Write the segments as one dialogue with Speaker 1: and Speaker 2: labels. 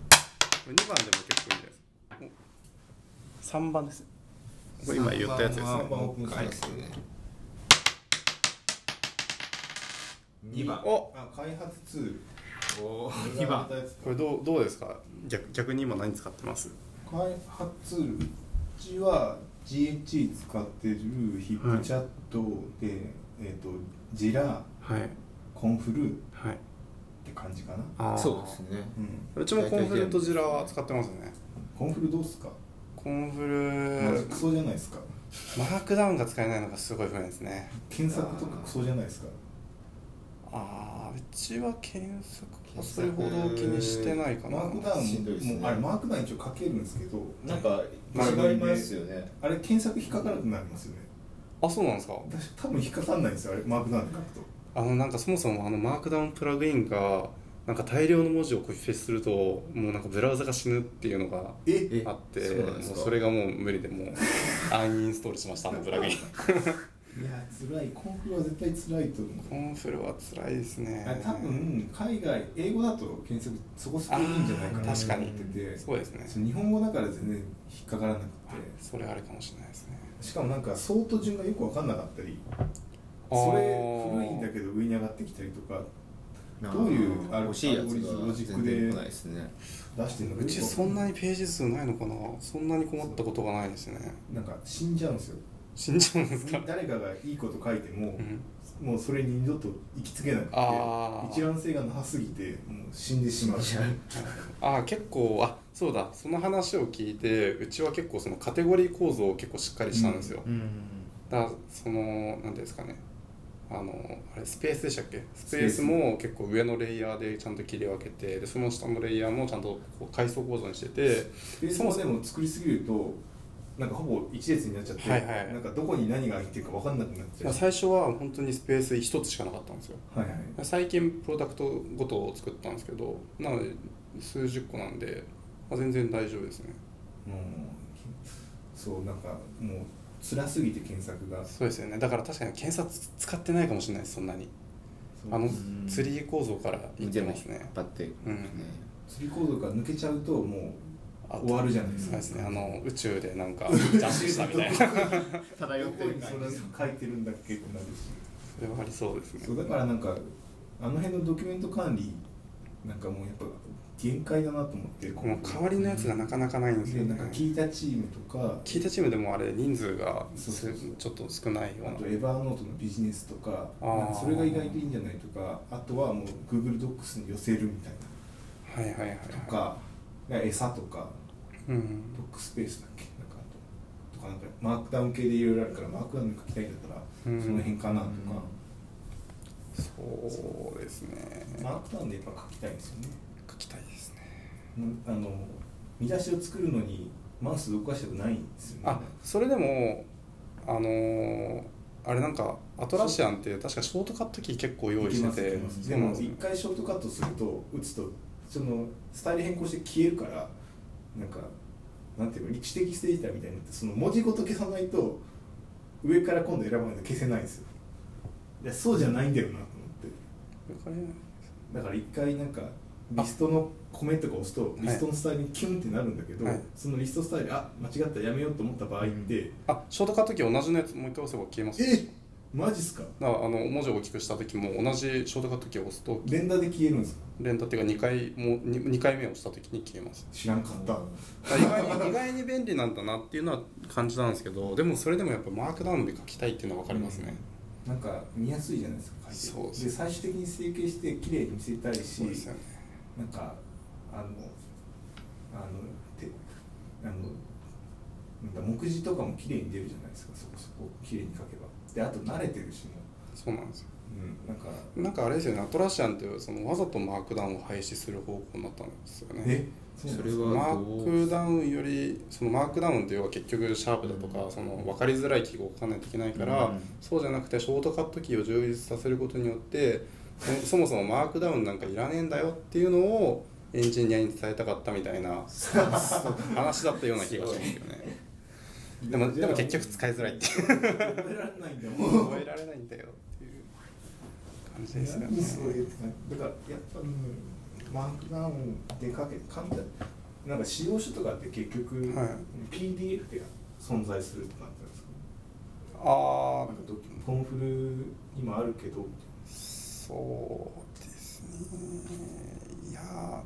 Speaker 1: れ2番でも結構いいんじゃないですか
Speaker 2: 3番です
Speaker 1: これ今言ったやつですね
Speaker 3: 3番はワンオープン開発ね
Speaker 4: 2番
Speaker 1: お
Speaker 3: あ開発ツール
Speaker 4: おー2番
Speaker 3: これがやったやつ
Speaker 1: これどうどうですか逆逆に今何使ってます
Speaker 3: 開発ツールうちは GHE 使ってるヒップチャットで、えっ、とジラ
Speaker 1: はい
Speaker 3: コンフルっ
Speaker 1: はい
Speaker 3: て感じかな、
Speaker 1: あー
Speaker 4: そうですね
Speaker 3: うん、
Speaker 1: うちもコンフルとジラは使ってますね
Speaker 3: コンフルどうっすか
Speaker 1: コンフ
Speaker 3: マジ
Speaker 1: ル
Speaker 3: クソじゃないですか
Speaker 1: マークダウンが使えないのがすごい不便ですね
Speaker 3: 検索とかクソじゃないですか
Speaker 1: ああうちは検索は
Speaker 4: 検索
Speaker 1: それほど気にしてないかな
Speaker 3: マークダウン
Speaker 4: しんどいっすね
Speaker 3: もあれマークダウン一応書けるんですけど
Speaker 4: なんか
Speaker 3: 違います
Speaker 4: よね
Speaker 3: あれ検索引っかからなくなりますよね
Speaker 1: あそうなんですか
Speaker 3: 私多分引っかかんないんですよあれマークダウンで書くと
Speaker 1: あのなんかそもそもあのマークダウンプラグインがなんか大量の文字をコピペするともうなんかブラウザが死ぬっていうのが
Speaker 3: え
Speaker 4: え
Speaker 1: あって
Speaker 4: そうなんです
Speaker 1: も
Speaker 4: か
Speaker 1: うそれがもう無理でも うアンインストールしましたあのプラグイン
Speaker 3: いや辛いコンフルは絶対辛いと思う
Speaker 1: コンフルは辛いですね
Speaker 3: あ多分海外英語だと検索そこそこいいんじゃないかな
Speaker 1: あー
Speaker 3: と
Speaker 1: 確か
Speaker 3: 思
Speaker 1: に
Speaker 3: ってて
Speaker 1: そうですね
Speaker 3: そう日本語だから全然引っかからなくて
Speaker 1: それあるかもしれないですね
Speaker 3: しかもなんかソート順がよく分かんなかったりそれ古いんだけど上に上がってきたりとかどういうあれ
Speaker 4: 欲しいやつ
Speaker 3: ロ
Speaker 4: が
Speaker 3: ジッ
Speaker 4: 全
Speaker 3: クで
Speaker 4: 然来ないですね
Speaker 3: 出してるのが
Speaker 1: う
Speaker 3: よく
Speaker 1: ちそんなにページ数ないのかなそんなに困ったことがないですね
Speaker 3: なんか死んじゃうん ですよ
Speaker 1: 死んじゃうんですか、
Speaker 3: 誰かがいいこと書いても
Speaker 1: う、ん、
Speaker 3: もうそれに二度と行きつけなくて
Speaker 1: あー
Speaker 3: 一覧性がなさすぎてもう死んで しまう
Speaker 4: 死んじゃう
Speaker 1: ああ結構あそうだその話を聞いてうちは結構そのカテゴリー構造を結構しっかりしたんですよ、
Speaker 4: うん
Speaker 1: だからその何ですかねあのあれスペースでしたっけスペースも結構上のレイヤーでちゃんと切り分けてでその下のレイヤーもちゃんとこう階層構造にしてて
Speaker 3: ベースもでも作りすぎるとなんかほぼ一列になっちゃって、
Speaker 1: はいはい
Speaker 3: なんかどこに何が入ってるか分かんなくなっちゃう、
Speaker 1: 最初は本当にスペース1つしかなかったんですよ
Speaker 3: はいはい
Speaker 1: 最近プロダクトごとを作ったんですけどなので数十個なんで、まあ、全然大丈夫ですね
Speaker 3: もうそうなんかもう辛すぎて検索が
Speaker 1: そうですよねだから確かに検索使ってないかもしれないですそんなにあの
Speaker 4: うん
Speaker 1: ツリー構造からいってますね
Speaker 4: パって
Speaker 1: うん
Speaker 3: 釣りコードが抜けちゃうとも
Speaker 1: あ
Speaker 3: う終わるじゃないで
Speaker 1: そ
Speaker 3: す
Speaker 1: う
Speaker 3: か
Speaker 1: ですねあの宇宙でなんかジャンプしたみたいなそ
Speaker 4: 漂
Speaker 3: ど
Speaker 4: って
Speaker 3: こ
Speaker 4: る
Speaker 3: にそれ書いてるんだっけってなるし
Speaker 1: れはありそうです
Speaker 3: そう
Speaker 1: ね
Speaker 3: だからなんかあの辺のドキュメント管理なんかもうやっぱ限界だなと思って
Speaker 1: この代わりのやつがなかなかないんです
Speaker 3: で
Speaker 1: よ
Speaker 3: な
Speaker 1: ね
Speaker 3: んか聞いたチームとか
Speaker 1: 聞いたチームでもあれ人数が
Speaker 3: そうそうそう
Speaker 1: ちょっと少ないよう
Speaker 3: あ
Speaker 1: な
Speaker 3: とエバーノートのビジネスとか
Speaker 1: あー
Speaker 3: なんかそれが意外といいんじゃないとかあとはもう Google ドックスに寄せるみたい
Speaker 1: はいはいはいはい
Speaker 3: なとかなんか餌とか
Speaker 1: うん
Speaker 3: ドックスペースだっけなんかあととかなんかマークダウン系でいろいろあるからマークダウンに書きたいんだったらそ
Speaker 1: うん
Speaker 3: の辺かなとか、
Speaker 1: そうですね
Speaker 3: マークダウンでやっぱ書きたいんですよね
Speaker 1: 書きたいですね
Speaker 3: うんあの見出しを作るのにマウス動かしたくないんですよね
Speaker 1: あそれでもあのーあれなんかアトラシアンって確かショートカットキー結構用意してて
Speaker 3: いけますいけます
Speaker 1: そ
Speaker 3: で
Speaker 1: うなん
Speaker 3: も
Speaker 1: です
Speaker 3: 一
Speaker 1: よ
Speaker 3: 回ショートカットすると打つとそのスタイル変更して消えるからなんかなんていうか力士的ステーターみたいになってその文字ごと消さないと上から今度選ばないと消せないんですよいやそうじゃないんだよなと思って
Speaker 1: これ
Speaker 3: だから一回なんかリストのコメントとか押すと
Speaker 1: い
Speaker 3: リストのスタイルにキュンってなるんだけど、
Speaker 1: はい
Speaker 3: そのリストスタイルあ間違ったやめようと思った場合って、
Speaker 1: あショートカットキー同じのやつもう一回押せば消えますよ
Speaker 3: えマジっすか
Speaker 1: だからあの文字を大きくした時も同じショートカットキーを押すと
Speaker 3: 連打で消えるんですか
Speaker 1: 連打っていうか2回も 2, 回目を押した時に消えます
Speaker 3: 知らんかった
Speaker 1: 意外に意外に便利なんだなっていうのは感じたんですけどでもそれでもやっぱマークダウンで書きたいっていうのは分かりますね、
Speaker 3: なんか見やすいじゃないですか書いて
Speaker 1: そうそう
Speaker 3: で最終的に整形して綺麗に見せたいし
Speaker 1: そうですよね
Speaker 3: なんかあのあのてあのなんか目次とかも綺麗に出るじゃないですかそこそこ綺麗に書けばであと慣れてるしも
Speaker 1: そうなんですよ
Speaker 3: う、うん、なんか
Speaker 1: なんかあれですよねアトラシアンっていうそのわざとマークダウンを廃止する方向になったんですよね
Speaker 3: えうなん
Speaker 4: そ
Speaker 3: で
Speaker 4: れ
Speaker 3: すか
Speaker 4: は
Speaker 1: マ
Speaker 4: ど
Speaker 1: ー
Speaker 4: う
Speaker 1: クダウンよりそのマークダウンっていうのは結局シャープだと
Speaker 4: う
Speaker 1: か
Speaker 4: ん
Speaker 1: その分かりづらい記号を書かないといけないから、
Speaker 4: うん
Speaker 1: そうじゃなくてショートカットキーを充実させることによってそそもそもマークダウンなんかいらねえんだよっていうのをエンジニアに伝えたかったみたいな話だったような気がしますよねでもでも結局使いづらいっていう
Speaker 3: 覚えられないんだもん
Speaker 1: 覚えられないんだよっていう感じですよね
Speaker 3: そういうだからやっぱ、うん、マークダウンでかけ簡単なんか使用書とかって結局、
Speaker 1: はい
Speaker 3: PDF で存在するってなってるんですか
Speaker 1: ああ
Speaker 3: なんかドキュコンフル今あるけどみたいな
Speaker 1: そうですねいやー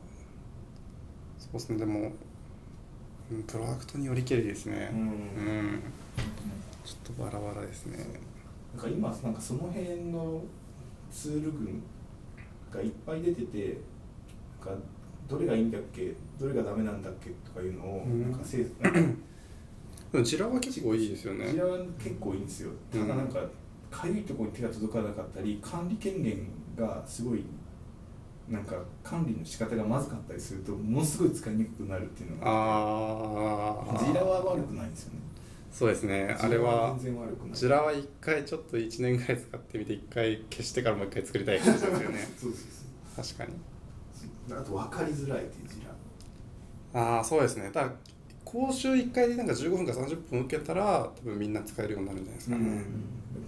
Speaker 1: そうですねでもうんプロダクトによりけりですね
Speaker 3: うん
Speaker 1: んちょっとバラバラですね
Speaker 3: なんか今なんかその辺のツール群がいっぱい出ててなんかどれがいいんだっけどれがダメなんだっけとかいうのを、
Speaker 1: うん
Speaker 3: なんかせいなんか
Speaker 1: でもジラは結構いいですよね
Speaker 3: こちらは結構いいんですよただなんかかゆいところに手が届かなかったり管理権限がすごいなんか管理の仕方がまずかったりするとものすごい使いにくくなるっていうのが
Speaker 1: ああ
Speaker 3: ジラは悪くないんですよね
Speaker 1: そうですねあれは
Speaker 3: ジラ全然悪くない
Speaker 1: ジラは一回ちょっと1年ぐらい使ってみて一回消してからもう一回作りたい感じです よね
Speaker 3: そうそう
Speaker 1: 確かに
Speaker 3: そうあと分かりづらいっていうジラ
Speaker 1: ああそうですねただ講習1回でなんか15分か30分受けたら多分みんな使えるようになるんじゃないですかね、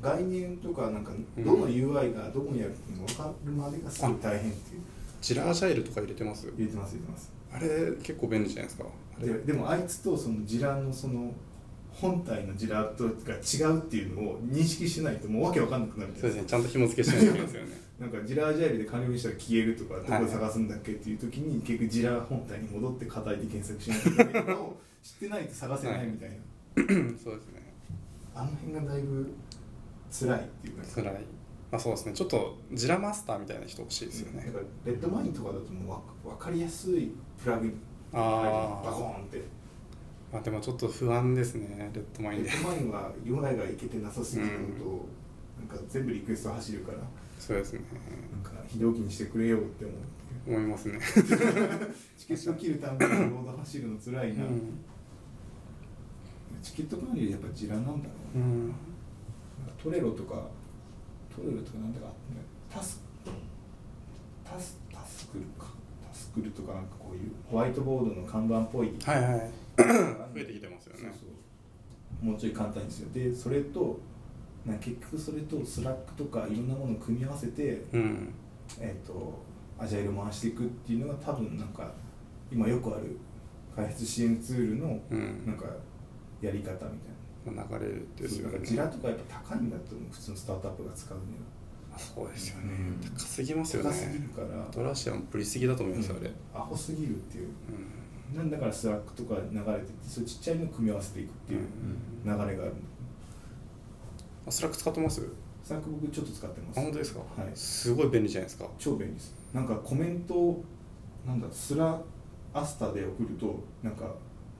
Speaker 3: 概念とかなんか
Speaker 1: うん
Speaker 3: どの UI がどこにあるっていうの分かるまでがすごい大変っていう
Speaker 1: ジラージャイルとか入れてます
Speaker 3: 言ってます言ってます
Speaker 1: あれ結構便利じゃないですかあれ
Speaker 3: ででもあいつとそのジラのその本体のジラとが違うっていうのを認識しないともうわけわかんなくなるじ
Speaker 1: そ
Speaker 3: ゃ
Speaker 1: う
Speaker 3: な
Speaker 1: ですね
Speaker 3: いです
Speaker 1: ちゃんと紐付けしないといけないですよ ね
Speaker 3: なんかジラアジャイルで完了したら消えるとかどこで探すんだっけっていう時に結局ジラ本体に戻って課題で検索しないといけないけど知ってないと探せないみたいな、
Speaker 1: うんそうですね
Speaker 3: あの辺がだいぶ辛いっていうか
Speaker 1: 辛いまあそうですねちょっとジラマスターみたいな人欲しいですよね、
Speaker 3: だからレッドマインとかだともうわ分かりやすいプラグイン
Speaker 1: あー
Speaker 3: バコーンって
Speaker 1: まあでもちょっと不安ですねレッドマイ
Speaker 3: レ
Speaker 1: ンで
Speaker 3: ッドマインは UI がいけてなさすぎるのと、なんか全部リクエスト走るから
Speaker 1: そうですね
Speaker 3: なんか非同期にしてくれよって思う
Speaker 1: 思いますね、
Speaker 3: チケットを切るたんびにロード走るの辛いな、チケット管理やっぱジラなんだろう
Speaker 1: う
Speaker 3: な、
Speaker 1: ん
Speaker 3: なんかトレロとかトレロとかなんだかあったねタスタスタスクルかタスクルとかなんかこういうホワイトボードの看板っぽい
Speaker 1: はいはい
Speaker 3: 増
Speaker 1: 増えてきてますよね
Speaker 3: もうちょい簡単にですよでそれとなんか結局それとスラックとかいろんなものを組み合わせて、
Speaker 1: うん
Speaker 3: えっとアジャイル回していくっていうのが多分なんか今よくある開発支援ツールの
Speaker 1: うん
Speaker 3: なんかやり方みたいな、
Speaker 1: まあ流れですよ
Speaker 3: だか
Speaker 1: ね
Speaker 3: らジラとかやっぱ高いんだと思う普通のスタートアップが使うには
Speaker 1: あそうですよね、
Speaker 4: うん
Speaker 1: 高すぎますよね
Speaker 3: 高すぎるから
Speaker 1: ドラシアもぶりすぎだと思いますよあれ、うん
Speaker 3: アホすぎるっていうなんだからスラックとか流れててそれちっちゃいの組み合わせていくっていう流れがあるんだ、
Speaker 1: あスラック使ってます
Speaker 3: スラック僕ちょっと使ってます
Speaker 1: あ本当ですか、
Speaker 3: はい
Speaker 1: すごい便利じゃないですか
Speaker 3: 超便利ですなんかコメントをなんだスラアスタで送るとなんか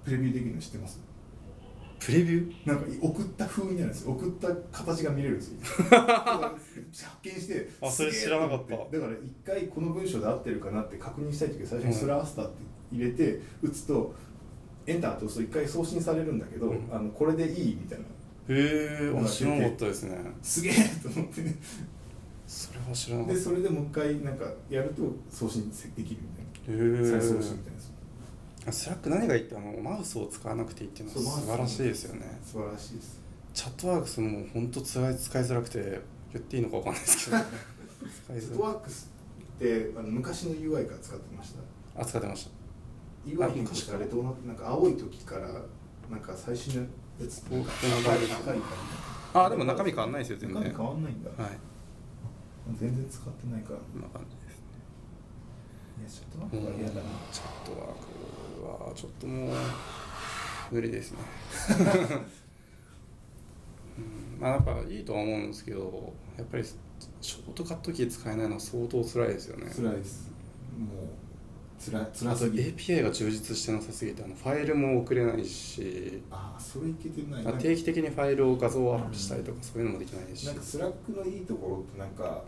Speaker 3: プレビューできるの知ってます
Speaker 1: プレビュー
Speaker 3: なんか送った風になるんですよ送った形が見れるんですよ 発見して
Speaker 2: あそれ
Speaker 3: すげ
Speaker 2: 知
Speaker 3: え
Speaker 2: らなかった
Speaker 3: と思てだから一回この文章で合ってるかなって確認したい時は最初にスラアスタって入れて打つとエンターと押すと一回送信されるんだけど、
Speaker 1: うん
Speaker 3: あのこれでいいみたいな
Speaker 1: へえ
Speaker 3: なん
Speaker 1: あ
Speaker 3: か
Speaker 1: 知らなかったですね
Speaker 3: すげえと思って
Speaker 1: それは知らなかっ
Speaker 3: で
Speaker 1: た
Speaker 3: それでもう一回なんかやると送信できるみたいな
Speaker 1: へー
Speaker 3: 再送信みたいな
Speaker 1: あスラック何がいいってあのマウスを使わなくていいっていうの
Speaker 3: そうマ
Speaker 1: は
Speaker 3: ウス
Speaker 1: 素晴らしいですよね
Speaker 3: 素晴らしいです
Speaker 1: チャットワークスも本当使い使いづらくて言っていいのかわかんないです けど使い
Speaker 3: フッ
Speaker 1: づ
Speaker 3: ト
Speaker 1: ら
Speaker 3: ワ
Speaker 1: い
Speaker 3: ークスってあの昔の UI から使ってました
Speaker 1: あ使ってました
Speaker 3: UI 変更したあれどうなってなんか青い時からなんか最新のやつ
Speaker 1: お
Speaker 3: 赤い赤い
Speaker 1: あでも中身変わんないですよ全
Speaker 3: 中
Speaker 1: 然
Speaker 3: 身変わんないんだ、
Speaker 1: はい
Speaker 3: 全然使ってないからい
Speaker 1: こんな感じですね
Speaker 3: やちょっと待ってこれ嫌だな
Speaker 1: チャットワークはちょっともう無理ですねうんまあやっぱいいとは思うんですけどやっぱりショートカットキー使えないのは相当辛いですよね
Speaker 3: 辛いですもう辛い辛
Speaker 1: あと
Speaker 3: すぎる
Speaker 1: API が充実してなさすぎてあのファイルも送れないし
Speaker 3: ああそれいけてない
Speaker 1: あ
Speaker 3: なんか
Speaker 1: 定期的にファイルを画像をアップしたりとかそういうのもできないし
Speaker 3: なんかスラックのいいところってなんか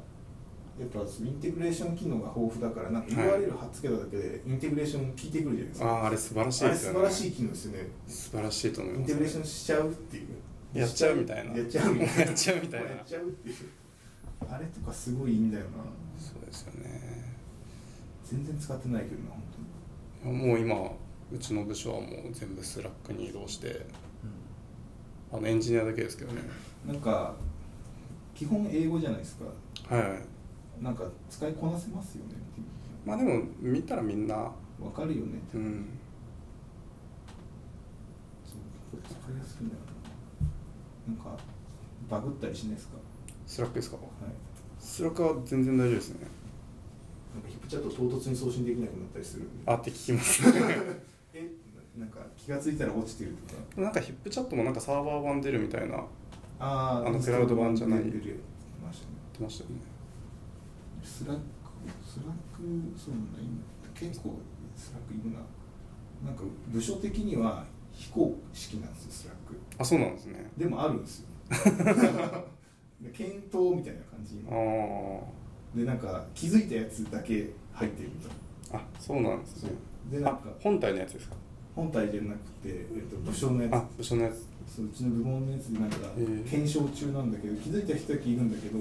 Speaker 3: やっぱインテグレーション機能が豊富だからなんか
Speaker 1: はい
Speaker 3: URL 貼っつけただけでインテグレーション効いてくるじゃないです
Speaker 1: あ
Speaker 3: か、
Speaker 1: ああれ素晴らしい
Speaker 3: あ
Speaker 1: で
Speaker 3: れ
Speaker 1: す
Speaker 3: 素
Speaker 1: よ
Speaker 3: 晴
Speaker 1: ね
Speaker 3: らしい機能ですよね
Speaker 1: 素晴らしいと思い
Speaker 3: イン
Speaker 1: ま
Speaker 3: テ
Speaker 1: す、
Speaker 3: グレーションしちゃうっていう
Speaker 1: やっちゃうみたいな
Speaker 3: やっちゃうみたいな
Speaker 1: やっちゃうみたいな
Speaker 3: やっちゃうっていうあれとかすごいいいんだよな
Speaker 1: そうですよね
Speaker 3: 全然使ってないけどな本
Speaker 1: もう今うちの部署はもう全部スラックに移動してあのエンジニアだけですけどね
Speaker 3: 当になんか基本英語じゃないですか
Speaker 1: はい
Speaker 3: なんか使いこなせますよね
Speaker 1: まあでも見たらみんな
Speaker 3: わかるよねって
Speaker 1: うん
Speaker 3: 使いやすくなるななんかバグったりしないですか
Speaker 1: スラックですか
Speaker 3: はい
Speaker 1: スラックは全然大丈夫ですね
Speaker 3: なんかヒップチャット唐突に送信できなくなったりするんで
Speaker 1: あって聞きますね
Speaker 3: えななんか気がついたら落ちてるとか
Speaker 1: なんかヒップチャットもなんかサーバー版出るみたいな言っ
Speaker 3: あ
Speaker 1: あのクラウド版じゃない
Speaker 3: 出るやつましたね
Speaker 1: てましたよね
Speaker 3: スラック、スラック、そうなんだ、今結構スラックいるな。なんか部署的には非公式なんですよ、スラック。
Speaker 1: あそうなんですね
Speaker 3: でもあるん ですよ。で検討みたいな感じ
Speaker 1: あ
Speaker 3: ので、なんか気づいたやつだけ入ってるみたいな。
Speaker 1: ーあそうなんですね
Speaker 3: で、なん
Speaker 1: あ
Speaker 3: か
Speaker 1: 本体のやつですか
Speaker 3: 本体じゃなくて、えっと、部署のや
Speaker 1: あ
Speaker 3: つ。
Speaker 1: 部署のやつ
Speaker 3: そううちの部門のやつでなんか
Speaker 1: えー
Speaker 3: 検証中なんだけど、気づいた人だけいるんだけど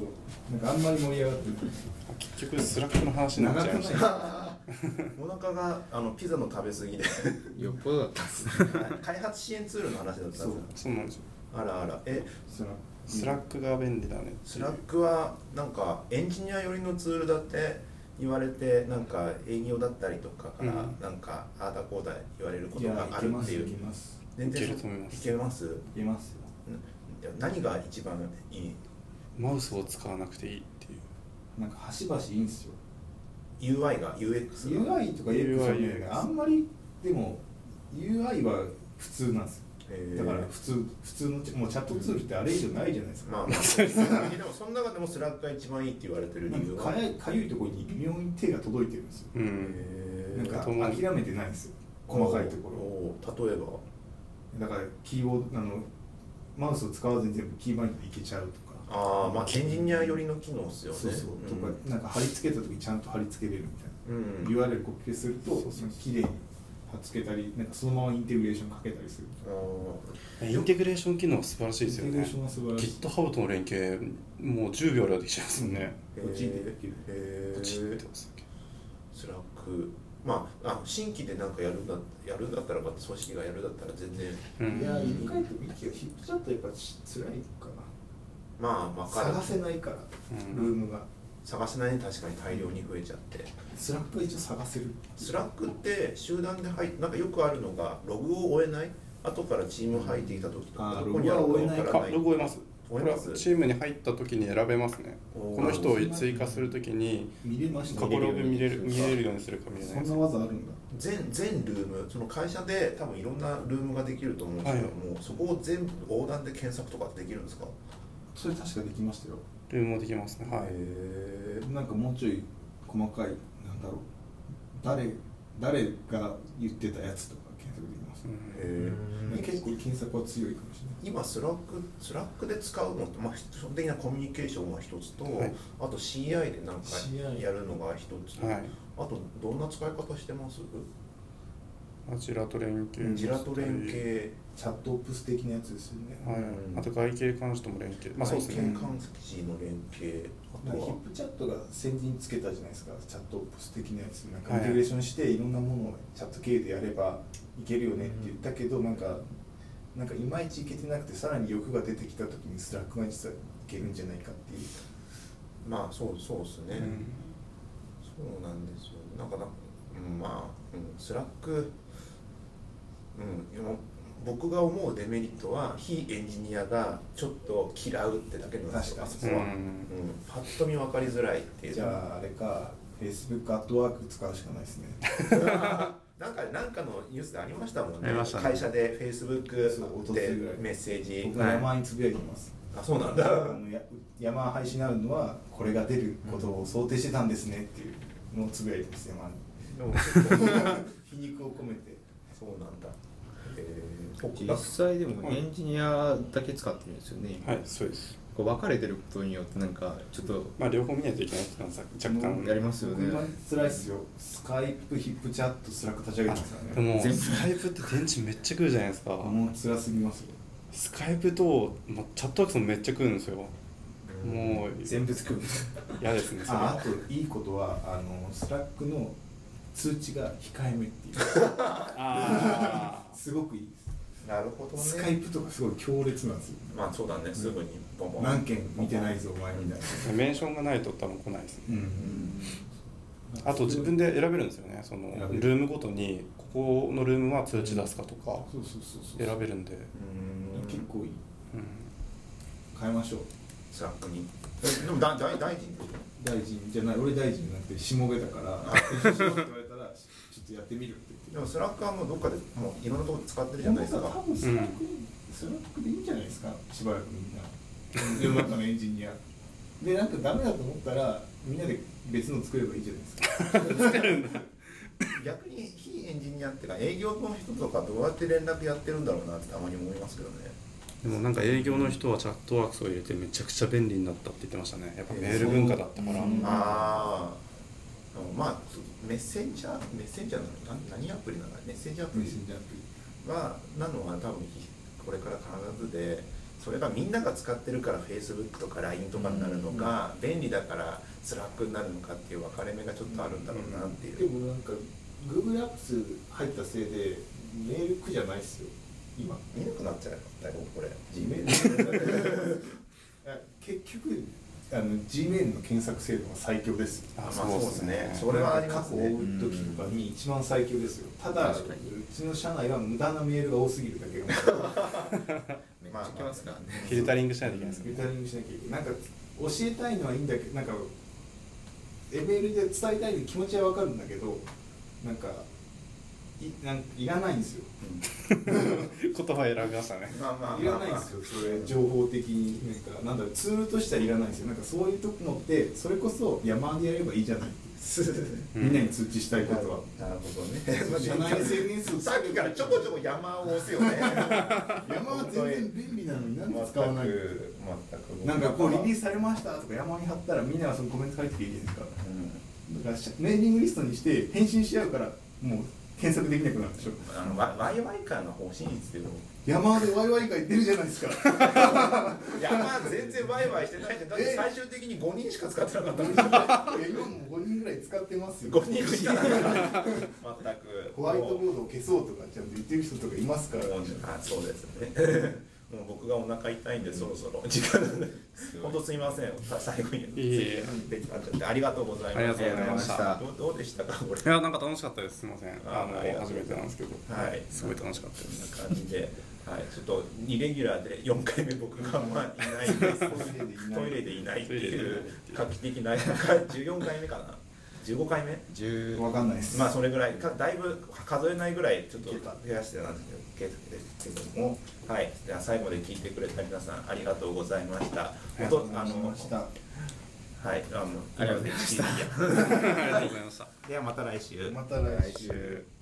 Speaker 3: なんかあんまり盛り上がってない
Speaker 1: あ結局スラックの話になっちゃいました
Speaker 3: 長く ない
Speaker 5: お腹があのピザの食べ過ぎ で
Speaker 4: よっぽどだったっすね
Speaker 5: 開発支援ツールの話だったんです
Speaker 3: そう
Speaker 5: よ
Speaker 1: そうなんですよ
Speaker 5: あらあらえ
Speaker 3: スラック
Speaker 1: スラックが便利だねっていう
Speaker 5: スラックはなんかエンジニア寄りのツールだって言われてなんか営業だったりとかから
Speaker 1: うん
Speaker 5: なんかあーだこうだ言われるこ
Speaker 3: い
Speaker 5: と
Speaker 3: や
Speaker 5: が
Speaker 3: い
Speaker 5: あ
Speaker 3: け
Speaker 5: る
Speaker 3: ま
Speaker 5: って
Speaker 3: す
Speaker 5: い
Speaker 3: いうけます
Speaker 5: 全
Speaker 1: いけると思います
Speaker 5: いけますん
Speaker 3: いけますよ
Speaker 5: いや何が一番いい
Speaker 1: マウスを使わなくていいっていう
Speaker 3: なんか端々いいんですよ
Speaker 5: UI が UX が
Speaker 3: UI とか AX は
Speaker 1: UI
Speaker 3: ねあんまりでも UI は普通なんですよ
Speaker 5: え
Speaker 3: だ
Speaker 5: ー
Speaker 3: から普通普通のチもうチャットツールってあれ以上ないじゃないですか、
Speaker 5: まあまあでもその中でもスラックが一番いいって言われてる
Speaker 3: なん
Speaker 5: 理由
Speaker 3: か
Speaker 5: は
Speaker 3: かゆいかゆいところに微妙に手が届いてるんですよ
Speaker 1: うん、
Speaker 5: え
Speaker 3: なん
Speaker 5: ー
Speaker 3: か
Speaker 1: と思う
Speaker 3: 諦めてないんですよ細かいところ
Speaker 5: おー例えば
Speaker 3: だからキーボードあのマウスを使わずに全部キーバインドでいけちゃうとか
Speaker 5: ああまあエンジニア寄りの機能っすよね
Speaker 3: そうそう、
Speaker 5: ん
Speaker 3: とかなんか貼り付けた時ちゃんと貼り付けれるみたいな
Speaker 5: うん
Speaker 3: URL コピペすると
Speaker 1: そうそう
Speaker 3: 綺麗に貼っつけたりなんかそのままインテグレーションかけたりする
Speaker 5: あー
Speaker 1: インテグレーション機能素晴らしいですよ
Speaker 3: インテグ
Speaker 1: ね
Speaker 3: レーションは素晴らしい
Speaker 1: GitHub との連携もう10秒でできちゃいますもんね
Speaker 3: ポチってできる
Speaker 5: えー
Speaker 1: ポチって押すだけ
Speaker 5: スラックまああ新規でなんかやるんだやるんだったらまた組織がやるんだったら全然
Speaker 1: うん
Speaker 3: いや
Speaker 5: ー
Speaker 3: 一回とミキはヒップチャットやっぱし辛いか
Speaker 5: まあ
Speaker 3: な
Speaker 5: わかる
Speaker 3: 探せないから
Speaker 1: うん
Speaker 3: ルームが
Speaker 5: 探せないね確かに大量に増えちゃって
Speaker 3: スラックは一応探せる
Speaker 5: スラックって集団で入っなんかよくあるのがログを追えない後からチーム入ってきた時と
Speaker 3: あ
Speaker 5: か
Speaker 3: ー
Speaker 5: どこにあるか
Speaker 3: ロ
Speaker 5: わ
Speaker 3: グ
Speaker 5: から
Speaker 1: あ
Speaker 5: ない
Speaker 1: ログ追えます
Speaker 5: 追
Speaker 1: こ
Speaker 5: え
Speaker 1: れ
Speaker 5: ま
Speaker 1: は
Speaker 5: す
Speaker 1: チームに入った時に選べますね
Speaker 5: おー
Speaker 1: この人を追加するときに
Speaker 3: 見れました
Speaker 1: 過去ログ見れる
Speaker 3: 見
Speaker 1: 見
Speaker 3: れ
Speaker 1: れ
Speaker 3: る
Speaker 1: るようにするか見れない
Speaker 3: そ
Speaker 1: や
Speaker 3: ん
Speaker 1: つ
Speaker 3: な技あるんだ
Speaker 5: 全全ルームその会社で多分いろんなルームができると思うんですけども、そこを全部横断で検索とかできるんですか
Speaker 3: それ確かできましたよ
Speaker 1: ルームもできますねはい
Speaker 5: へ
Speaker 3: なんかもうちょい細かいなんだろう誰誰が言ってたやつとか検索できます
Speaker 1: う
Speaker 3: ね
Speaker 1: ん
Speaker 5: え
Speaker 3: 結構検索は強いかもしれない
Speaker 5: 今スラックスラックで使うのって、まあ、基本的なコミュニケーションが一つと、
Speaker 1: はい
Speaker 5: あと CI でなんか
Speaker 3: CI
Speaker 5: やるのが一つと、
Speaker 1: はい
Speaker 5: あとどんな使い方してます
Speaker 1: まあジラと連携
Speaker 5: ジラと連携
Speaker 3: チャットオプス的なやつですよね。
Speaker 1: はい
Speaker 5: うん
Speaker 1: あと外形監視とも連携まあそうです
Speaker 5: 体
Speaker 1: ね
Speaker 5: 験関係の連携あ
Speaker 3: なん
Speaker 5: と
Speaker 3: かヒ
Speaker 5: は
Speaker 3: ップチャットが先陣つけたじゃないですか、チャットオプス的なやつ、なんか
Speaker 1: は
Speaker 3: イ
Speaker 1: い
Speaker 3: ンテグレーションして、いろんなものをチャット経由でやればいけるよねって言ったけど、なんか、なんかいまいちいけてなくて、さらに欲が出てきたときに、スラックが実はいけるんじゃないかっていう。
Speaker 5: まあそうそうです
Speaker 1: う
Speaker 5: ね、
Speaker 1: ん
Speaker 5: そうなんですよなんかな、うん、まあ、うん、スラックうんでも僕が思うデメリットは非エンジニアがちょっと嫌うってだけなんで
Speaker 3: 確
Speaker 5: す
Speaker 3: かに
Speaker 5: よあそこは、
Speaker 1: うん
Speaker 5: パッと見分かりづらいっていう
Speaker 3: じゃあ、あれか、Facebook アットワーク使うしかないですね。
Speaker 5: なんかなんかのニュースでありましたもんね
Speaker 2: ありましたね
Speaker 5: 会社でフェイスブック
Speaker 3: そうおとつ
Speaker 5: で
Speaker 3: ぐらい
Speaker 5: メッセージ
Speaker 3: 僕は山につぶやいてます。
Speaker 5: あそうなん
Speaker 3: だか
Speaker 5: だ
Speaker 3: らあのや山廃止になるのは、これが出ることを想定してたんですねっていうのをつぶやいてます、山に。
Speaker 5: でも結構
Speaker 3: 皮肉を込めて。
Speaker 5: そうなんだえー、そっ
Speaker 4: 実
Speaker 5: か
Speaker 4: 際でもエンジニアだけ使ってるんですよね、今
Speaker 1: はいそうです
Speaker 4: こう分かれてることによってなんかちょっと
Speaker 1: まあ両方見ないといけないっていうのはさ若干
Speaker 4: やりますよね
Speaker 3: 僕は辛いっすよ。スカイプ、ヒップチャット、スラック立ち上げてますから
Speaker 1: で
Speaker 3: ね。
Speaker 1: も
Speaker 4: 全部
Speaker 1: スカイプって電池めっちゃ食うじゃないですか
Speaker 3: もう辛すぎますよ。
Speaker 1: スカイプと、まあ、チャットワークスもめっちゃ食うんですよもう
Speaker 4: 全部作る
Speaker 1: 嫌ですねそれ
Speaker 3: あ
Speaker 1: は
Speaker 3: あといいことはあのスラックの通知が控えめっていう
Speaker 1: あ
Speaker 3: すごくいいで
Speaker 5: なるほどね
Speaker 3: す。スカイプとかすごい強烈なんですよ。
Speaker 5: まあそうだねすぐにボンボン
Speaker 3: 何件見てないぞお前みたいな。
Speaker 1: ーメンションがないと多分来ないですね
Speaker 3: うん。
Speaker 1: あと自分で選べるんですよねその
Speaker 3: 選べる
Speaker 1: ルームごとにここのルームは通知出すかとか
Speaker 3: そうそうそうそう
Speaker 1: 選べるんで、
Speaker 5: うん
Speaker 3: 結構
Speaker 1: う
Speaker 3: いい
Speaker 1: ん、
Speaker 3: 変えましょう
Speaker 5: スラックにえでもだ大大臣でし
Speaker 3: 大臣じゃない俺大臣じゃなくてしもべだ からしようって言われたらちょっとやってみるって言って
Speaker 5: ょでもスラックはもうどっかでもういろんなところ使ってるじゃ
Speaker 3: 山
Speaker 5: ないで
Speaker 3: 田さん
Speaker 5: すか
Speaker 3: 多分スラック、スラックでいいんじゃないですかしばらくみんな世の中のエンジニアでなんかダメだと思ったらみんなで別の作ればいいじゃないですか
Speaker 5: 逆に非エンジニアっていうか営業部の人とかどうやって連絡やってるんだろうなってたまに思いますけどね
Speaker 1: でもなんか営業の人はチャットワークスを入れてめちゃくちゃ便利になったって言ってましたねやっぱメール文化だったから、
Speaker 3: うん
Speaker 5: ああでもまあメッセンジャーメッセンジャーなのな何アプリなのメッセンジャーアプ
Speaker 3: メッ
Speaker 5: リ
Speaker 3: センジャーアプリ
Speaker 5: はなのは多分これから必ずでそれがみんなが使ってるから Facebook とか LINE とかになるのか、便利だからスラックになるのかっていう分かれ目がちょっとあるんだろうなっていう、
Speaker 3: でもなんか Google アップス入ったせいでメール苦じゃないっすよ今
Speaker 5: 見なくなっちゃうよだいぶこれ
Speaker 3: G
Speaker 5: G
Speaker 3: メ
Speaker 5: メ
Speaker 3: ー
Speaker 5: ー
Speaker 3: ル
Speaker 5: ル
Speaker 3: 結局あの G メールの検索精度が最強ですよ
Speaker 5: あまあ
Speaker 1: そう
Speaker 5: そう
Speaker 1: っすね
Speaker 5: ですねそれはあります
Speaker 3: 過去
Speaker 5: ね
Speaker 3: を追う時とかに一番最強ですよただう
Speaker 4: 確かに
Speaker 3: ちの社内は無駄なメールが多すぎるだけが
Speaker 4: めっちゃ来ますからね、
Speaker 1: フィルタリングしないといけないです
Speaker 3: フィ
Speaker 1: ね
Speaker 3: ルタリングしなきゃいけないなんか教えたいのはいいんだけどなんか ML で伝えたいの気持ちはわかるんだけどなんかいなんいらないんですよ
Speaker 1: 言葉選びましたね
Speaker 5: まあまあまあ
Speaker 3: いらないんですよ、それ、情報的に、なんか、なんだろう、ツールとしてはいらないんですよ、なんかそういうとこのって、それこそ山でやればいいじゃ ない、みんなに通知したいことは。
Speaker 5: なるほどね
Speaker 3: そう社内 SNS を
Speaker 5: さっきからちょこちょこ山を押すよね
Speaker 3: 山は全然便利なのになん で使わない
Speaker 5: 全く全く
Speaker 3: なんかこう、リリースされましたとか、山に貼ったら、みんながそのコメント書いてきていいですか
Speaker 5: うん
Speaker 3: だから、メーリングリストにして、返信し合うから、もう検索できなくなるでしょ。
Speaker 5: あのワワイワイ感の方針率でも
Speaker 3: 山でワイワイが言ってるじゃない ですか。
Speaker 5: いやまあ全然ワイワイしてないじゃんだって最終的に5人しか使ってなかったの
Speaker 3: いや今も5人ぐらい使ってますよ。
Speaker 5: 5人しか全く
Speaker 3: ホワイトボードを消そうとかちゃんと言ってる人とかいますから、
Speaker 5: もうあそうですね もう僕がお腹痛いんでそろそろ時間なんで本当すいませんさ最後に
Speaker 1: いえいえ
Speaker 5: できたんでありがとうございま
Speaker 1: あり
Speaker 5: す
Speaker 1: がとうございました
Speaker 5: どうどうでしたかこれ
Speaker 1: いやなんか楽しかったですすいませんあ
Speaker 5: ありが
Speaker 1: の初
Speaker 5: とう
Speaker 1: めてなんですけど
Speaker 5: はい
Speaker 1: すごい楽しかったです
Speaker 5: こんな感じで、はい、ちょっとイレギュラーで4回目僕がまあいないですトイレでいないっていう画期的な14回目 かな15回目
Speaker 4: 10
Speaker 3: わかんないです。
Speaker 5: まあそれぐらいかだいぶ数えないぐらいちょっと
Speaker 3: いけた
Speaker 5: 増やしてなんですけどですけどもはいでは最後まで聞いてくれた皆さんありがとうございました
Speaker 3: ありがとうございました。
Speaker 5: はいあの
Speaker 4: ありがとうございました
Speaker 1: ありがとうございました
Speaker 5: ではまた来週
Speaker 3: また来週。